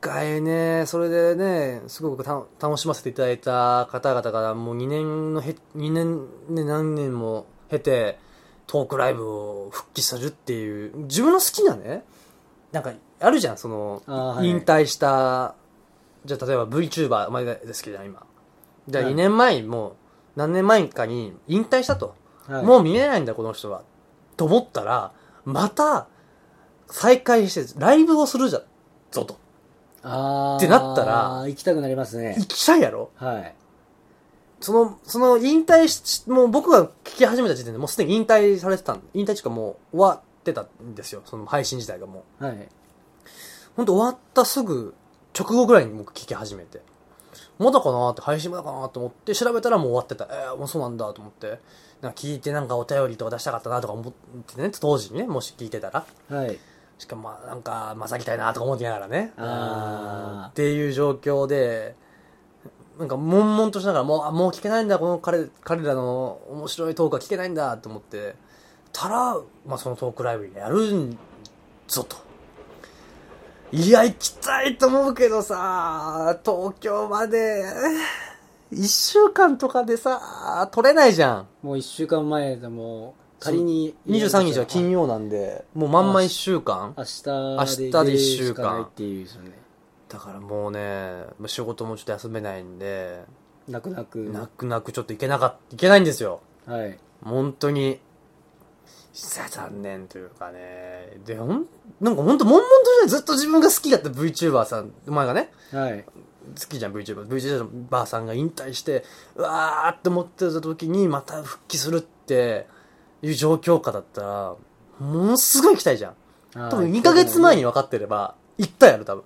A: 回ね、それでね、すごくた楽しませていただいた方々から、もう2年のへ、2年、ね、何年も経て、トークライブを復帰するっていう、自分の好きなね、なんか、あるじゃん、その、
B: あーはい
A: 引退した、じゃあ例えば VTuber、まあですけど、今。じゃあ
B: はい
A: 2年前にもう、何年前かに引退したと。
B: はい
A: もう見えないんだ、この人は。と思ったら、また、再開して、ライブをするじゃん、ぞと。
B: あー
A: ってなったら
B: 行きたくなりますね
A: 行きたいやろ
B: はい
A: その、その、引退し、もう僕が聞き始めた時点でもうすでに引退されてたん引退っていうかもう終わってたんですよ、その配信自体がも
B: はい、
A: う。ほんと終わったすぐ、直後ぐらいに僕聞き始めて。まだかなって、配信まだかなと思って、調べたらもう終わってた。えー、もうそうなんだと思って。なんか聞いてなんかお便りとか出したかったなとか思ってね、当時にね、もし聞いてたら。
B: はい、
A: しかもまあなんか勝りたいなとか思ってながらね
B: あー
A: っていう状況でなんか悶々としながらもうあもう聞けないんだこの彼彼らの面白いトークは聞けないんだと思ってたら、まあ、そのトークライブやるんぞといや行きたいと思うけどさ東京まで1週間とかでさ取れないじゃん
B: もう1週間前でも仮に
A: 23日は金曜なんでもうまんま1週間
B: 明日明
A: 明日で1週間
B: っていうですよね
A: だからもうね仕事もちょっと休めないんで、
B: 泣く泣く
A: 泣く泣くちょっと行けなかっ行けないんですよ
B: はい
A: 本当に残念というかねでほんなんか本当悶々としてずっと自分が好きだった VTuber さんお前がね
B: はい
A: 好きじゃん VTuberVTuber さんが引退してうわーって思ってた時にまた復帰するっていう状況下だったらものすごい行きたいじゃん多分2ヶ月前に分かってれば行ったやろ多分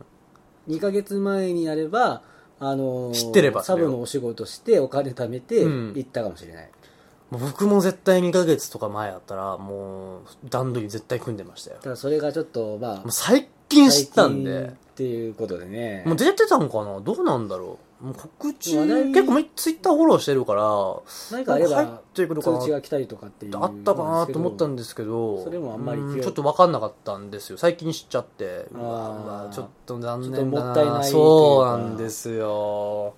B: 2ヶ月前にやればあのー
A: 知ってればそ
B: サ
A: れを
B: ブのお仕事してお金貯めて
A: うん
B: 行ったかもしれない、
A: もう僕も絶対2ヶ月とか前だったら、もう、段取り絶対組んでましたよ。
B: ただそれがちょっとま
A: もう
B: あ
A: 最近知ったんで
B: っ、ていうことでね
A: もう出てたんかなどうなんだろうもう告知、
B: 話題
A: 結構みツイッターフォローしてるから、
B: 何かあれ
A: なんか入
B: ば
A: ってくるかな
B: 通知が来たりとかっていう
A: あったかなと思った
B: で
A: んですけど、
B: それもあんまり
A: う
B: 勢い
A: ちょっと分かんなかったんですよ。最近知っちゃって。
B: あー
A: うわちょっと残念だな。
B: ちょっともったいないというか
A: そうなんですよ。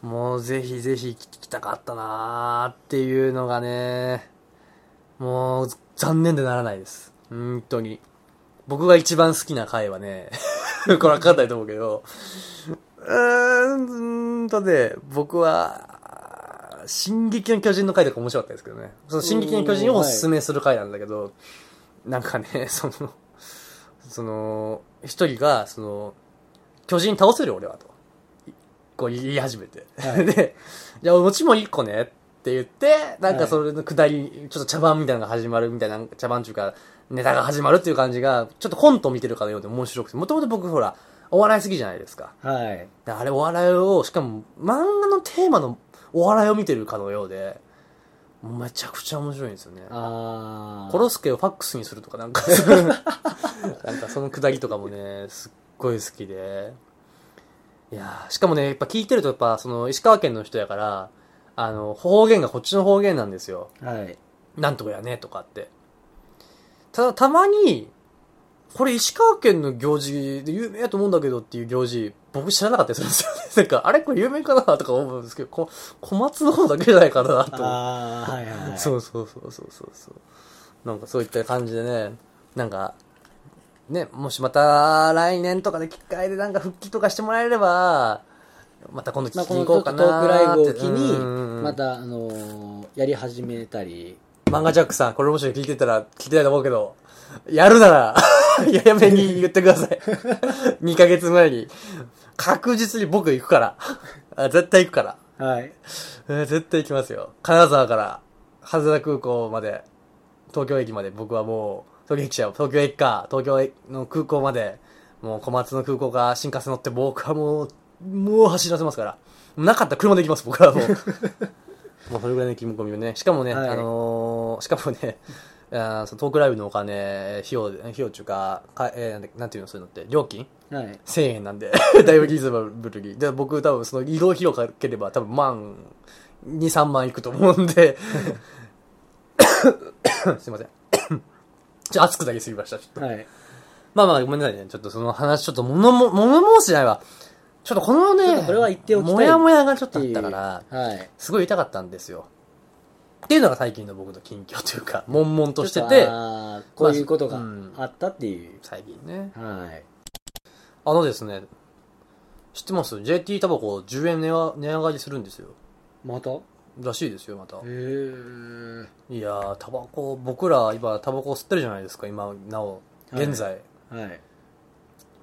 A: もうぜひぜひ聞きたかったなーっていうのがね、もう残念でならないです。本当に。僕が一番好きな回はね、 これ分かんないと思うけど、うーんうーんとね、僕は、進撃の巨人の回とか面白かったですけどね。その進撃の巨人をおすすめする回なんだけど、なんかね、 その、その、一人が、その、巨人倒せる俺はと。こう言い始めて。
B: は い
A: で、じゃあ、お餅も一個ねって言って、なん
B: は
A: か
B: い
A: それの下り、ちょっと茶番みたいなのが始まるみたいな、茶番っていうか、ネタが始まるっていう感じが、ちょっとコントを見てるかのようで面白くて、もともと僕ほら、お笑い好きじゃないですか。
B: はい
A: であれお笑いを、しかも漫画のテーマのお笑いを見てるかのようで、めちゃくちゃ面白いんですよね。
B: ああ
A: コロスケをファックスにするとかなんかなんかそのくだりとかもねすっごい好きでいやーしかもねやっぱ聞いてるとやっぱその石川県の人やからあの方言がこっちの方言なんですよ
B: はい
A: なんとかやねとかってただたまにこれ石川県の行事で有名やと思うんだけどっていう行事僕知らなかったりするんですよねなんかあれこれ有名かなとか思うんですけどこ小松の方だけじゃないかなと思って
B: ああはいはいはい
A: そうそうそうそうそうそうなんかそういった感じでねなんかねもしまた来年とかで機会でなんか復帰とかしてもらえればまた今度
B: ま
A: 聞
B: あ、
A: き
B: こ
A: に
B: の
A: 行
B: ちょ
A: こうか
B: っ
A: な
B: とトークライブを機
A: ってうん
B: に、また、あのーやり始めたり、
A: 漫画ジャックさんこれもし聞いてたら聞いてないと思うけどやるなら やめに言ってください 2ヶ月前に確実に僕行くからあ絶対行くから
B: はい。
A: えー絶対行きますよ。金沢から、羽田空港まで、東京駅まで僕はもう、東京駅来ちゃう。東京駅か、東京の空港まで、もう小松の空港か、新幹線乗って僕はもう、もう走らせますから。なかったら車で行きます、僕はも う。もうそれぐらいの意気込みをね。しかもね、
B: はい
A: あのーしかもね、あーそのトークライブのお金、えー費用、費用っていうか、かえーなんてなんていうの、そういうのって、料金
B: はい。
A: 1000円なんで、 だいぶリーズナブルに。で、僕多分その移動費用かければ多分万、2、3万いくと思うんで、 すいません。 ちょ、熱くなりすぎました、ちょっと。
B: はい。
A: まあまあ、ごめんなさいね。ちょっとその話、ちょっと物も、物申しじゃないわ。ちょっとこの
B: ちょっ
A: ね、
B: とこれは言っておきたい
A: もやもやがちょっとあったから、
B: はい。
A: すごい痛かったんですよ。っていうのが最近の僕の近況というか、悶々として
B: ちょっ
A: て
B: と、あーこういうことが
A: まあうん
B: あったっていう。
A: 最近ね。
B: はい。
A: あのですね、知ってます ?JT タバコ10円値上値上がりするんですよ。
B: またへ
A: らしいですよ、また。
B: え。
A: いやー、タバコ、僕ら今タバコ吸ってるじゃないですか、今、なお。現在。
B: はい。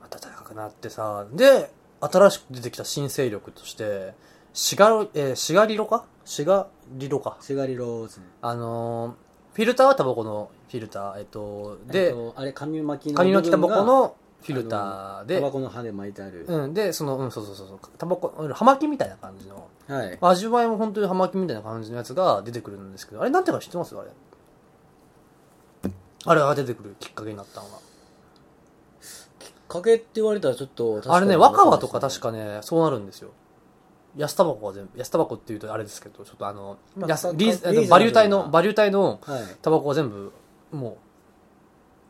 A: また高くなってさ。で、新しく出てきた新勢力として、シガロ、えーシガリロかシガリロか。
B: シガリローズ。
A: あのーフィルターはタバコのフィルター、えっと、
B: えっ
A: で、
B: と、あれ、紙巻きの。
A: 紙の木タバコ。のフィルターで
B: タ、バコの歯で巻いてある。
A: うん、で、その、うん、そうそうそうそう、タバコ、うん葉巻みたいな感じの、
B: はい。
A: 味わいも本当に葉巻みたいな感じのやつが出てくるんですけど、あれなんていうか知ってますあれ。あれが出てくるきっかけになったのが。
B: かけって言われたらちょっと確かに
A: あれね、若葉とか確かね、そうなるんですよ。安タバコは全部、安タバコっていうとあれですけど、ちょっとあの、
B: まあ
A: 安
B: か
A: リーズ
B: か
A: あ
B: リー
A: の
B: ズ
A: バリュー体
B: ナブル
A: の、
B: な
A: バリュー体の
B: はい。
A: タバコは全部、も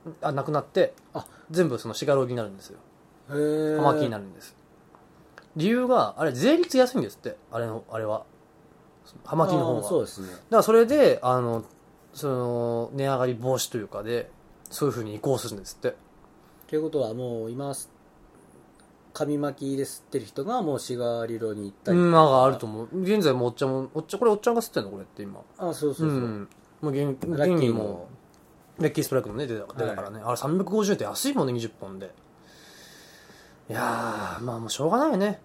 A: う、あなくなって、
B: あ
A: 全部そのシガローになるんですよ。
B: へー
A: 葉巻になるんです。理由が、あれ税率安いんですって、あれの、あれは。葉巻の方
B: あ
A: は。
B: ーそうですね。
A: だからそれで、あの、その、値上がり防止というかで、そういう風に移行するんですって。
B: ということはもう今、紙巻きで吸ってる人がもうシガリロに行った
A: う
B: り。
A: ん、なんかあると思う。現在もおっちゃんも、おっちゃん、これおっちゃんが吸ってんのこれって今。
B: あ、そうそうそう。
A: ん。もう現、
B: ラッ
A: 現
B: キ
A: に
B: ー
A: も
B: も。
A: う、レッキースプライクのね、出た出たからね。あれ350円って安いもんね、20本で。いやー、まあもうしょうがないよね。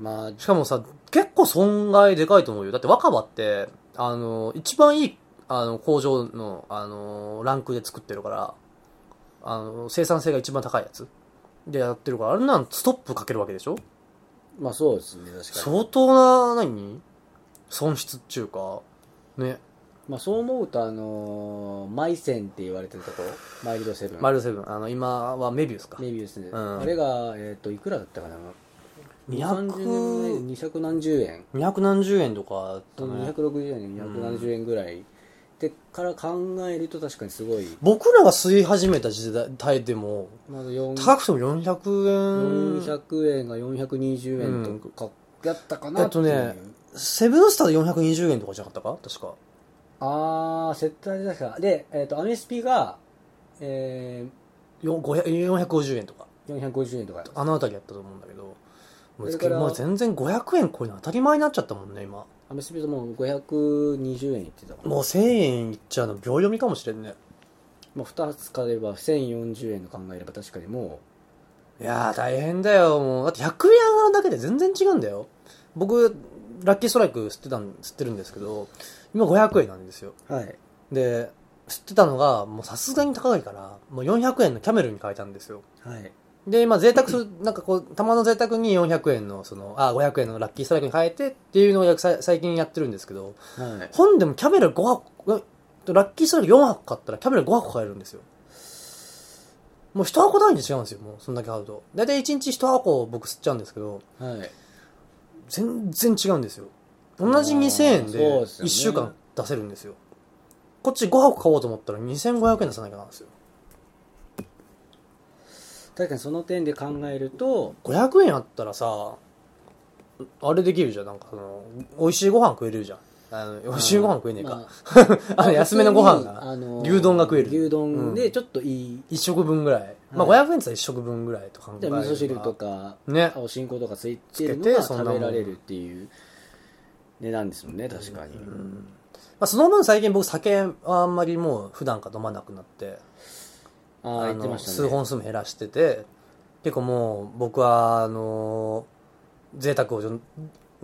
B: まあ、
A: しかもさ、結構損害でかいと思うよ。だって若葉って、あの、一番いい、あの、工場の、あの、ランクで作ってるから、あの、生産性が一番高いやつでやってるから、あれなんストップかけるわけでしょ
B: まあそうですね、確かに。
A: 相当な、何損失っていうか、ね、
B: まあそう思うと、あのー、マイセンって言われてるとこマイルドセブン。
A: マイルドセブン、あの、今はメビウスか。
B: メビウスね。
A: うん
B: あれが、えっ、と、いくらだったかな
A: 200、
B: 二百何十円。
A: 2何十円とかだったね
B: 260円、270円ぐらい。で、から考えると確かにすごい。
A: 僕らが吸い始めた時代でも、
B: まず四
A: 高くても400円。
B: 400円が420円とか、やったかな
A: えっ
B: って
A: と
B: いう。
A: ね、セブンスターで420円とかじゃなかったか確か。
B: あー、設定で確か。で、えっ、と、アメスピが、え
A: よ500 450円とか。
B: ー、450円とか。
A: あのあたりやったと思うんだけど。もう
B: それから
A: もう全然500円超えるの当たり前になっちゃったもんね、今。
B: アメスピともう520円いってたもん。
A: もう1000円いっちゃうの秒読みかもしれんね。
B: まあ、2つ買えば1040円の考えれば確かにも
A: いやー大変だよ、もう。だって100円上がるだけで全然違うんだよ。僕、ラッキーストライク吸ってたん、吸ってるんですけど、今500円なんですよ。
B: う、はい。
A: で、吸ってたのが、もうさすがに高いから、もう400円のキャメルに変えたんですよ。
B: はい。
A: で、今、贅沢する、なんかこう、たまの贅沢に400円の、その、あ、500円のラッキーストライクに変えてっていうのをやさ最近やってるんですけど、
B: はい。
A: 本でもキャメル5箱、えラッキーストライク4箱買ったらキャメル5箱買えるんですよ。もう1箱単位で違うんですよ、もう、そんだけ買うと。だいたい1日1箱僕吸っちゃうんですけど、
B: はい。
A: 全然違うんですよ。同じ2000円で
B: そうです
A: 1
B: よね
A: 週間出せるんですよ。こっち5箱買おうと思ったら2500円出さなきゃなんですよ。
B: 確かにその点で考えると、
A: 500円あったらさあれできるじゃんなんかその美味しいご飯食えるじゃんあの美味しいご飯食えねえか、 あ、の安めのご飯が牛丼が食える
B: 牛丼
A: う
B: で
A: ん
B: ちょっといい。
A: 1食分ぐらい、まあ500円って言ったら1食分ぐらいと考え
B: で
A: れ
B: 味
A: ば
B: 噌汁とか、
A: ね
B: おしんことかついてる
A: つけ
B: の
A: て
B: が
A: そんな
B: 食
A: もん
B: べられるっていう値段ですもんね、確かに。
A: まあ、その分最近僕酒はあんまりもう普段から飲まなくなって
B: ああ、
A: あ
B: 言って
A: の
B: ましたね。
A: 数本数も減らしてて結構もう僕はあの贅沢をちょ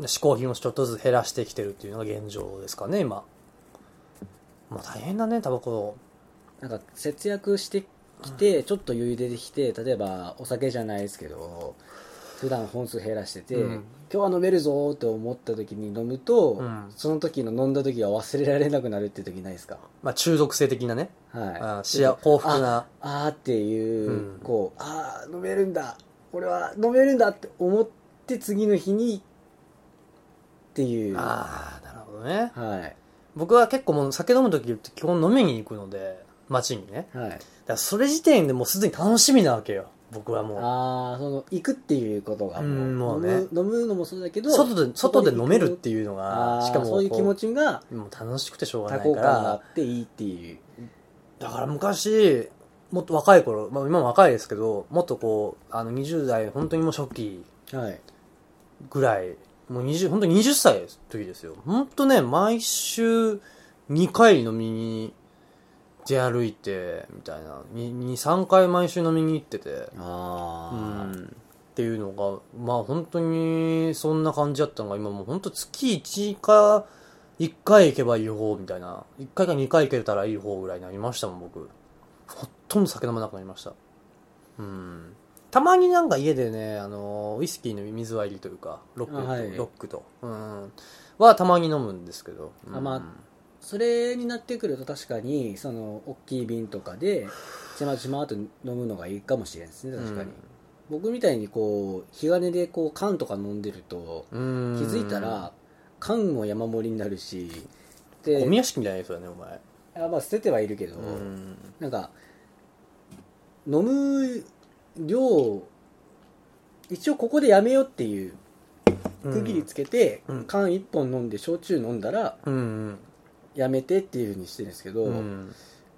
A: 嗜好品をちょっとずつ減らしてきてるっていうのが現状ですかね今まあ大変だねタバコ
B: なんか節約してきてちょっと余裕出てきて例えばお酒じゃないですけど普段本数減らしてて、
A: うん
B: 今日は飲めるぞーって思った時に飲むと、
A: うん
B: その時の飲んだ時が忘れられなくなるって時ないですか
A: まあ中毒性的なね。あ
B: は
A: ー
B: い
A: しや幸福な
B: ああーっていう、
A: うん
B: こうああ飲めるんだ俺は飲めるんだって思って次の日にっていうは
A: ああ、なるほどね。
B: い
A: 僕は結構もう酒飲む時って基本飲みに行くので、街にね。
B: はい
A: だからそれ時点でもうすでに楽しみなわけよ。僕はも
B: ああその行くっていうことがもう,、
A: うんもうね
B: 飲む飲むのもそうだけ
A: う。
B: ど
A: 外で、外で飲めるって
B: いう
A: いうのが、し
B: しか
A: か
B: も
A: も
B: そういう気持ちが
A: ち。もう楽しくてしょうが
B: 多
A: ない
B: 幸
A: か
B: 感があ
A: ら
B: っ。ていいっていう
A: だから昔、もっと若い頃、まあ今も若いですけど、もっとこう、あの20代、本当にもう初期
B: はい
A: ぐらい、もう20、本当に20歳の時ですよ。本当ね、毎週2回飲みに出歩いて、みたいな。2、に3回毎週飲みに行ってて。うん。
B: あ
A: っていうのが、まあ本当にそんな感じだったのが、今もう本当月1か1回行けばいい方みたいな。1回か2回行けたらいい方ぐらいになりましたもん、僕。ほとんど酒飲まなくなりました。うん。たまになんか家でね、あの、ウイスキーの水割りというか、ロックと、
B: あはい
A: ロックと、うん。はたまに飲むんですけど。うん
B: あまあそれになってくると確かにその大きい瓶とかでちまちまっと飲むのがいいかもしれないですね確かに、僕みたいにこう日金でこう缶とか飲んでると
A: うん。
B: 気
A: うん
B: づいた、ら缶も山盛りになるしで
A: ゴミ屋敷みたいなやつだね、お前。
B: あまあ捨ててはいるけど、
A: うん。
B: なんか飲む量一応ここでやめようっていう区切りつけて、
A: うん
B: 缶1本飲んで焼酎飲んだら
A: うん。
B: やめてっていうふうにしてるんですけど、
A: うん。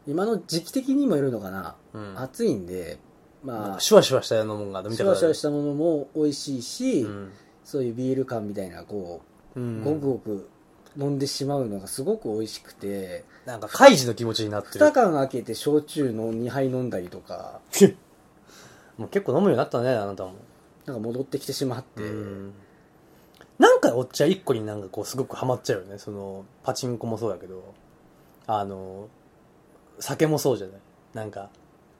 B: 今の時期的にもよるのかな、
A: うん
B: 暑いんでまあシ
A: シュワシュワしたようなもんが飲みた
B: ュ
A: くな
B: ワ
A: る
B: シュワしたものも美味しいし、
A: うん
B: そういうビール感みたいなこ
A: う
B: うんゴブゴブ飲んでしまうのがすごく美味しくて、
A: なんか、カイジの気持ちになって
B: 2
A: る。
B: 缶開けて焼酎の2杯飲んだりとか
A: もう結構飲むようになったね、あなたも。
B: なんか戻ってきてしまって、
A: うんなんかお茶一個になんかこうすごくハマっちゃうよね。その、パチンコもそうだけど、あの、酒もそうじゃないなんか、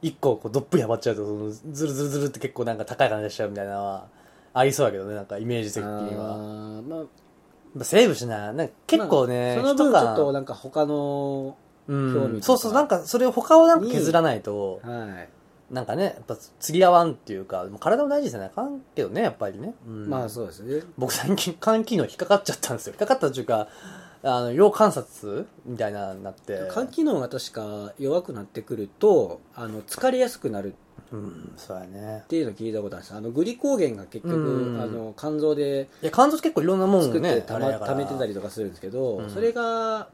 A: 一個こうどっぷりハマっちゃうと、その、ズルズルズルって結構なんか高い感じしちゃうみたいなのは、ありそうだけどね、なんかイメージ的には。
B: あーまあ
A: やっぱセーブしない。なんか結構ね、
B: まあその
A: 一
B: 分ちょっと
A: 缶
B: なんか他の興
A: う
B: 味
A: ん、
B: とか
A: そうそう、なんかそれを他をなんか削らないと、
B: はい、
A: なんかね、やっぱ釣り合わんっていうか、もう体も大事ですよね。あかんけどね、やっぱりね。うん
B: まあそうですね
A: 僕最近肝機能引っかかっちゃったんですよ。引っかかったというか、あの、要観察みたいなのになって。
B: 肝機能が確か弱くなってくるとあの疲れやすくなるっ
A: うん、そうやね。
B: ていうのを聞いたことあるんですあのグリコーゲンが結局、
A: うん
B: あの肝臓で
A: いや、肝臓結構いろんなもん
B: 作
A: を
B: っ
A: ね
B: て、た、ま溜めてたり
A: と
B: とかするんですけど、
A: うん
B: それが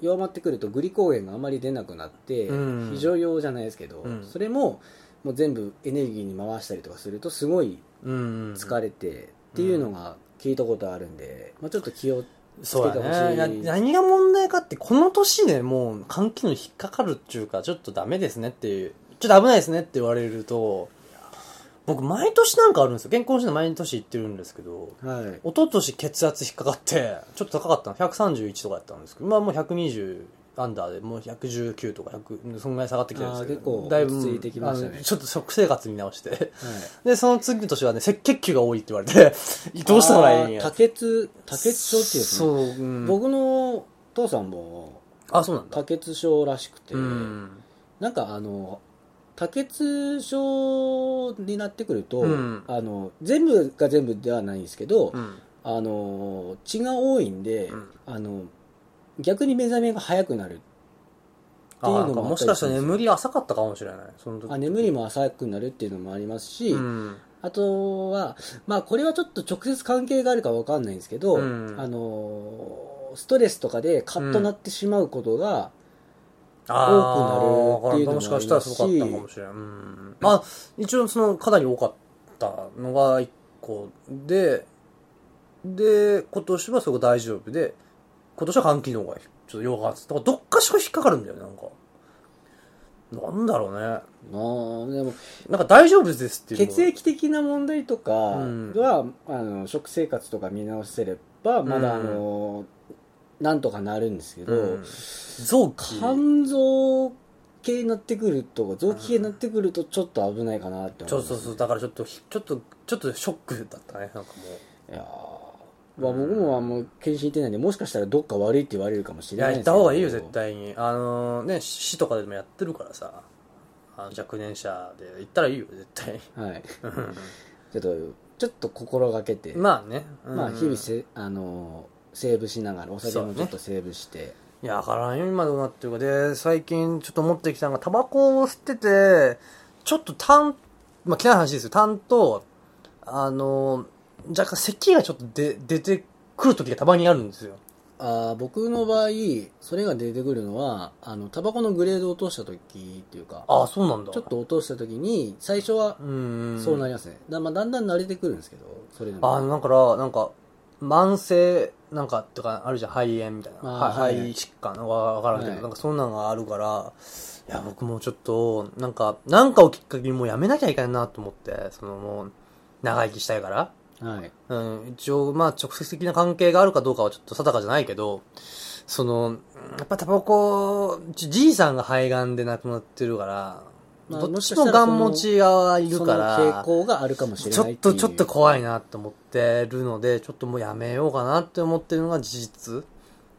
B: 弱まってくるとグリコーゲンがあまり出なくなって、
A: うん
B: 非常用じゃないですけど、
A: うん
B: それももう全部エネルギーに回したりとかするとすごい
A: うん。
B: 疲れてっていうのが聞いたことあるんで、まあ、ちょっと気を
A: そう
B: つけてほ
A: や
B: し
A: ね
B: い
A: な。何が問題かって、この年でもう肝機能引っかかるっていうか、ちょっとダメですねっていう、ちょっと危ないですねって言われると、僕毎年なんかあるんですよ。健康診断毎年行ってるんですけど、
B: はい
A: 一昨年血圧引っかかって、ちょっと高かったの、131とかやったんですけど、まあもう120アンダーで、もう119とか100、そんぐらい下がってきてるんですけど、
B: あー結構落ち着いてきましたね
A: あのちょっと食生活見直して。
B: はい
A: で、その次の年はね、赤血球が多いって言われて、 どうしたらいいんや。
B: あー多血 多血症っていうんですね
A: そう、うん、
B: 僕の父さんも
A: あ、そうなんだ。
B: 多血症らしくて、
A: うん。
B: なんかあの多血症になってくると、
A: うん
B: あの全部が全部ではないんですけど、
A: うん。
B: あの血が多いんで、
A: うん
B: あの逆に目覚めが早くなる
A: あー
B: って
A: ない
B: うんの
A: か
B: も
A: もしかしたら眠り浅かったかもしれない。その時
B: あ眠りも浅くなるっていうのもありますし、
A: うん。
B: あとは、まあ、これはちょっと直接関係があるかわかんないんですけど、
A: うん
B: あのストレスとかでカッとなってしまうことが、
A: あ
B: 多くなるっていうのもありますし
A: もしかしたらすごかったかもしれない。うん。まあ、一応その、かなり多かったのが一個で、で、今年はそこ大丈夫で、今年は肝機能がちょっと弱かった。だからどっかしか引っかかるんだよね、なんか。なんだろうね。
B: なあでも
A: なんか大丈夫ですっていうのが
B: 血液的な問題とか
A: うん
B: は、あの食生活とか見直せればまだ、
A: うん
B: あのなんとかなるんですけど、
A: うん、臓器。
B: 肝臓系になってくると臓器系になってくるとちょっと危ないかなって
A: ちょ
B: 思
A: っとそうそうだからちょっとひちょっとちょっとショックだったねなんかもう
B: いやーまあ、僕もあんま検診行ってないんでもしかしたらどっか悪いって言われるかもし
A: い
B: れな
A: や行
B: いで
A: っ
B: すけ
A: た
B: ど
A: 方がいいよ絶対にあのね市とかでもやってるからさあの若年者で行ったらいいよ絶対
B: はいちょっとちょっと心がけて、
A: ま
B: ま
A: あね、うん
B: あ、日々せあのーセーブしながらお酒
A: そう
B: も
A: ね
B: ちょっとセーブして、
A: いや、わからんよ、今どうなってるか。で、最近ちょっと持ってきたのが、タバコを吸ってて、ちょっと痰、まあ、嫌いな話ですよ。痰と、あの、若干咳がちょっとで出てくる時がたまにあるんですよ。
B: あー僕の場合それが出てくるのはあのタバコのグレードを落とした時っていうか
A: ああ、そうなんだ。
B: ちょっと落とした時に最初は
A: うーん。
B: そうなりますね、だまあ、だんだん慣れてくるんですけどそれでも
A: あだから、なんか、慢性、なんか、とか、あるじゃん、肺炎みたいな。
B: あ
A: は
B: はい
A: 肺疾患わわからんけど、
B: はい
A: なんか、そんなのがあるから、いや、僕もちょっと、なんか、なんかをきっかけにもうやめなきゃいけないなと思って、そのもう、長生きしたいから。
B: はい
A: うん、一応、まあ、直接的な関係があるかどうかはちょっと定かじゃないけど、その、うんやっぱタバコ、じじいさんが肺がんで亡くなってるから、
B: まあ
A: どっ
B: もし
A: ち
B: かし
A: も
B: た
A: が
B: らその
A: ん持ちがいる
B: その
A: から、
B: 傾向があるかもしれ
A: ち
B: な
A: ょ
B: い
A: って
B: い
A: と、
B: う
A: ちょっと怖いなと思ってるので、ちょっともうやめようかなって思ってるのが事実。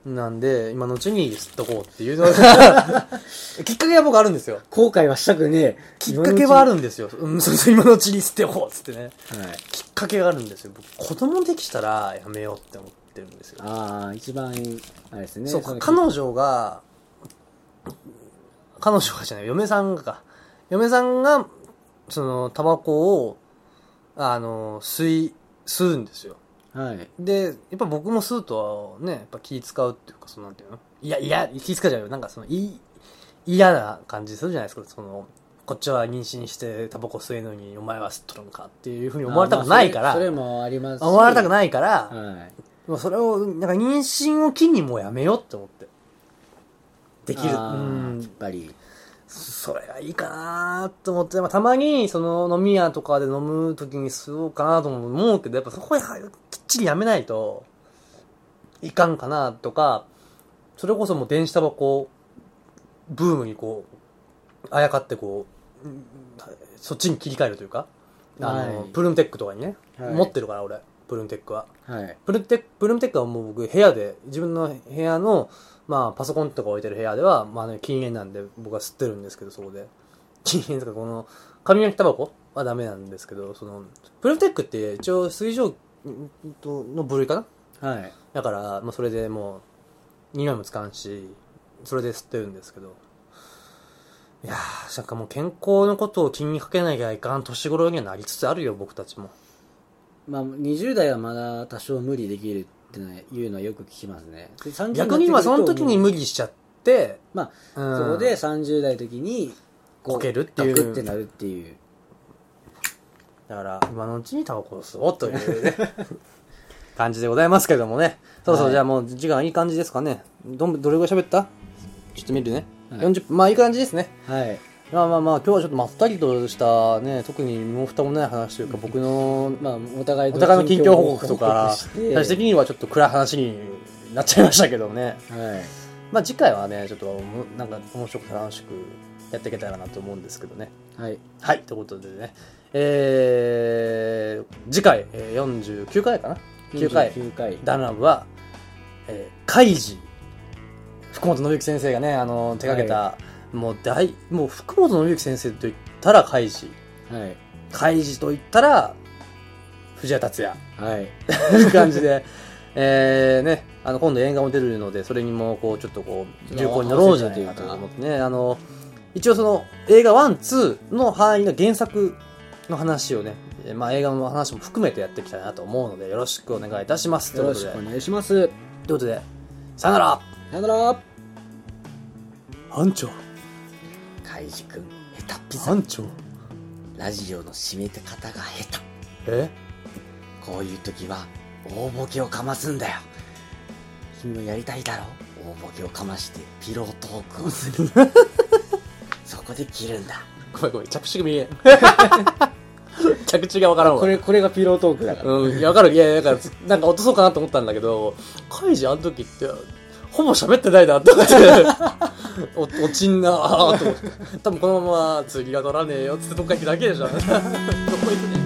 A: なんで、今のうちに吸っとこうっていうのが きっかけは僕あるんですよ。
B: 後悔はしたくねえ
A: きっかけはあ
B: る、
A: るんですよ。うん、そうそう今のうちに吸っておこうっつってね。
B: はい、
A: きっかけがあるんですよ。僕、子供できたらやめようって思ってるんですよ。
B: ああ一番あれですね
A: そう
B: の
A: か、彼女が、彼女がじゃない、嫁さんがか。嫁さんが、その、タバコを、あの、吸い、吸うんですよ。
B: はい
A: で、やっぱ僕も吸うとはね、やっぱ気使うっていうか、そのなんていうのいや、いや、気使うじゃないよ。なんかその、い、嫌な感じするじゃないですか。その、こっちは妊娠してタバコ吸えんのに、お前は吸っとるんかっていうふうに思われたくないから、
B: あーまあそれそれもありますし
A: 思われたくないから、
B: はい
A: まあそれを、なんか妊娠を機にもうやめようって思って。できる。う
B: あーやっ
A: ん。
B: ぱり
A: それがいいかなと思って、まあ、たまに、その飲み屋とかで飲む時に吸おうかなとも思うけど、やっぱそこはきっちりやめないといかんかなとか、それこそもう電子タバコ、ブームにこう、あやかってこう、うんそっちに切り替えるというか、あの、
B: はい
A: プルームテックとかにね、
B: はい
A: 持ってるから俺、プルームテックは。
B: はい
A: プルテック、プルームテックはもう僕部屋で、自分の部屋の、まあパソコンとか置いてる部屋では、まあね、禁煙なんで僕は吸ってるんですけど、そこで。 禁煙とかこの、紙焼きタバコはダメなんですけど、その、プルームテックって一応水蒸気の部類かな
B: はい
A: だから、まあそれでもう、匂いもつかんし、それで吸ってるんですけど。いやー、なんかもう健康のことを気にかけなきゃいかん年頃にはなりつつあるよ、僕たちも。
B: まあ20代はまだ多少無理できるっていうのはよく聞きますねで30
A: 逆に今その時に
B: なってく
A: 無
B: る
A: 理しちゃって、
B: ともう
A: う
B: まあ
A: ん
B: そこで30代の時に
A: こけるっていう
B: ガクってなるっていう
A: だから、今のうちにタバコを吸おうというね、 感じでございますけどもね。そうそう、
B: はい
A: じゃあもう時間いい感じですかね。どん、どれぐらい喋ったちょっと見るね。
B: はい
A: 40分、まあいい感じですね。
B: はい
A: まあまあまあ、今日はちょっとまったりとしたね、特に身も蓋もない話というか、僕の、
B: まあお互い
A: お互いの近況報告と
B: 報
A: か
B: 告し、て
A: 最終的にはちょっと暗い話になっちゃいましたけどね。
B: はい
A: まあ次回はね、ちょっとも、なんか面白く楽しくやっていけたらなと思うんですけどね。
B: はい
A: はい、ということでね、えー、次回、えー、49回かな ?9 回、
B: 9回
A: ダンラブは、えー、カイジ、福本信之先生がね、あの、手掛けた、もう大、もう福本信之先生と言ったらカイジ、
B: はい
A: カイジと言ったら、藤谷達也、
B: はい
A: という 感じで、えー、ね、あの、今度映画も出るので、それにも、こう、ちょっとこう、重厚に乗ろうじゃないかと思ってね、あの、一応その、映画1、2の範囲が原作の話をね、えーまあ映画の話も含めてやっていきたいなと思うので、よろしくお願いいたします。とい
B: よ
A: うこ
B: ろ
A: と
B: し
A: で、
B: く
A: と
B: お
A: いう
B: 願いします
A: ことで、さよなら
B: さよなら
A: 班長、
B: 海く君下手っぴさ
A: 班長、
B: ラジオの締めて方が下手
A: え
B: こういう時は大ボケをかますんだよ君もやりたいだろ大ボケをかましてピロートークをす るそこで切るんだ
A: ごめんごめん、着地が見え ん。着地がわからんわ。
B: れこれがピロートークだか
A: うん、いや、わかる。いや、だから、なんか落とそうかなと思ったんだけど、カイジあの時って、ほぼ喋ってないなって思 って、お、落ちんな ーと思って。多分このまま次が乗らねえよっつってどっか行くだけでしょ。どこ行くねん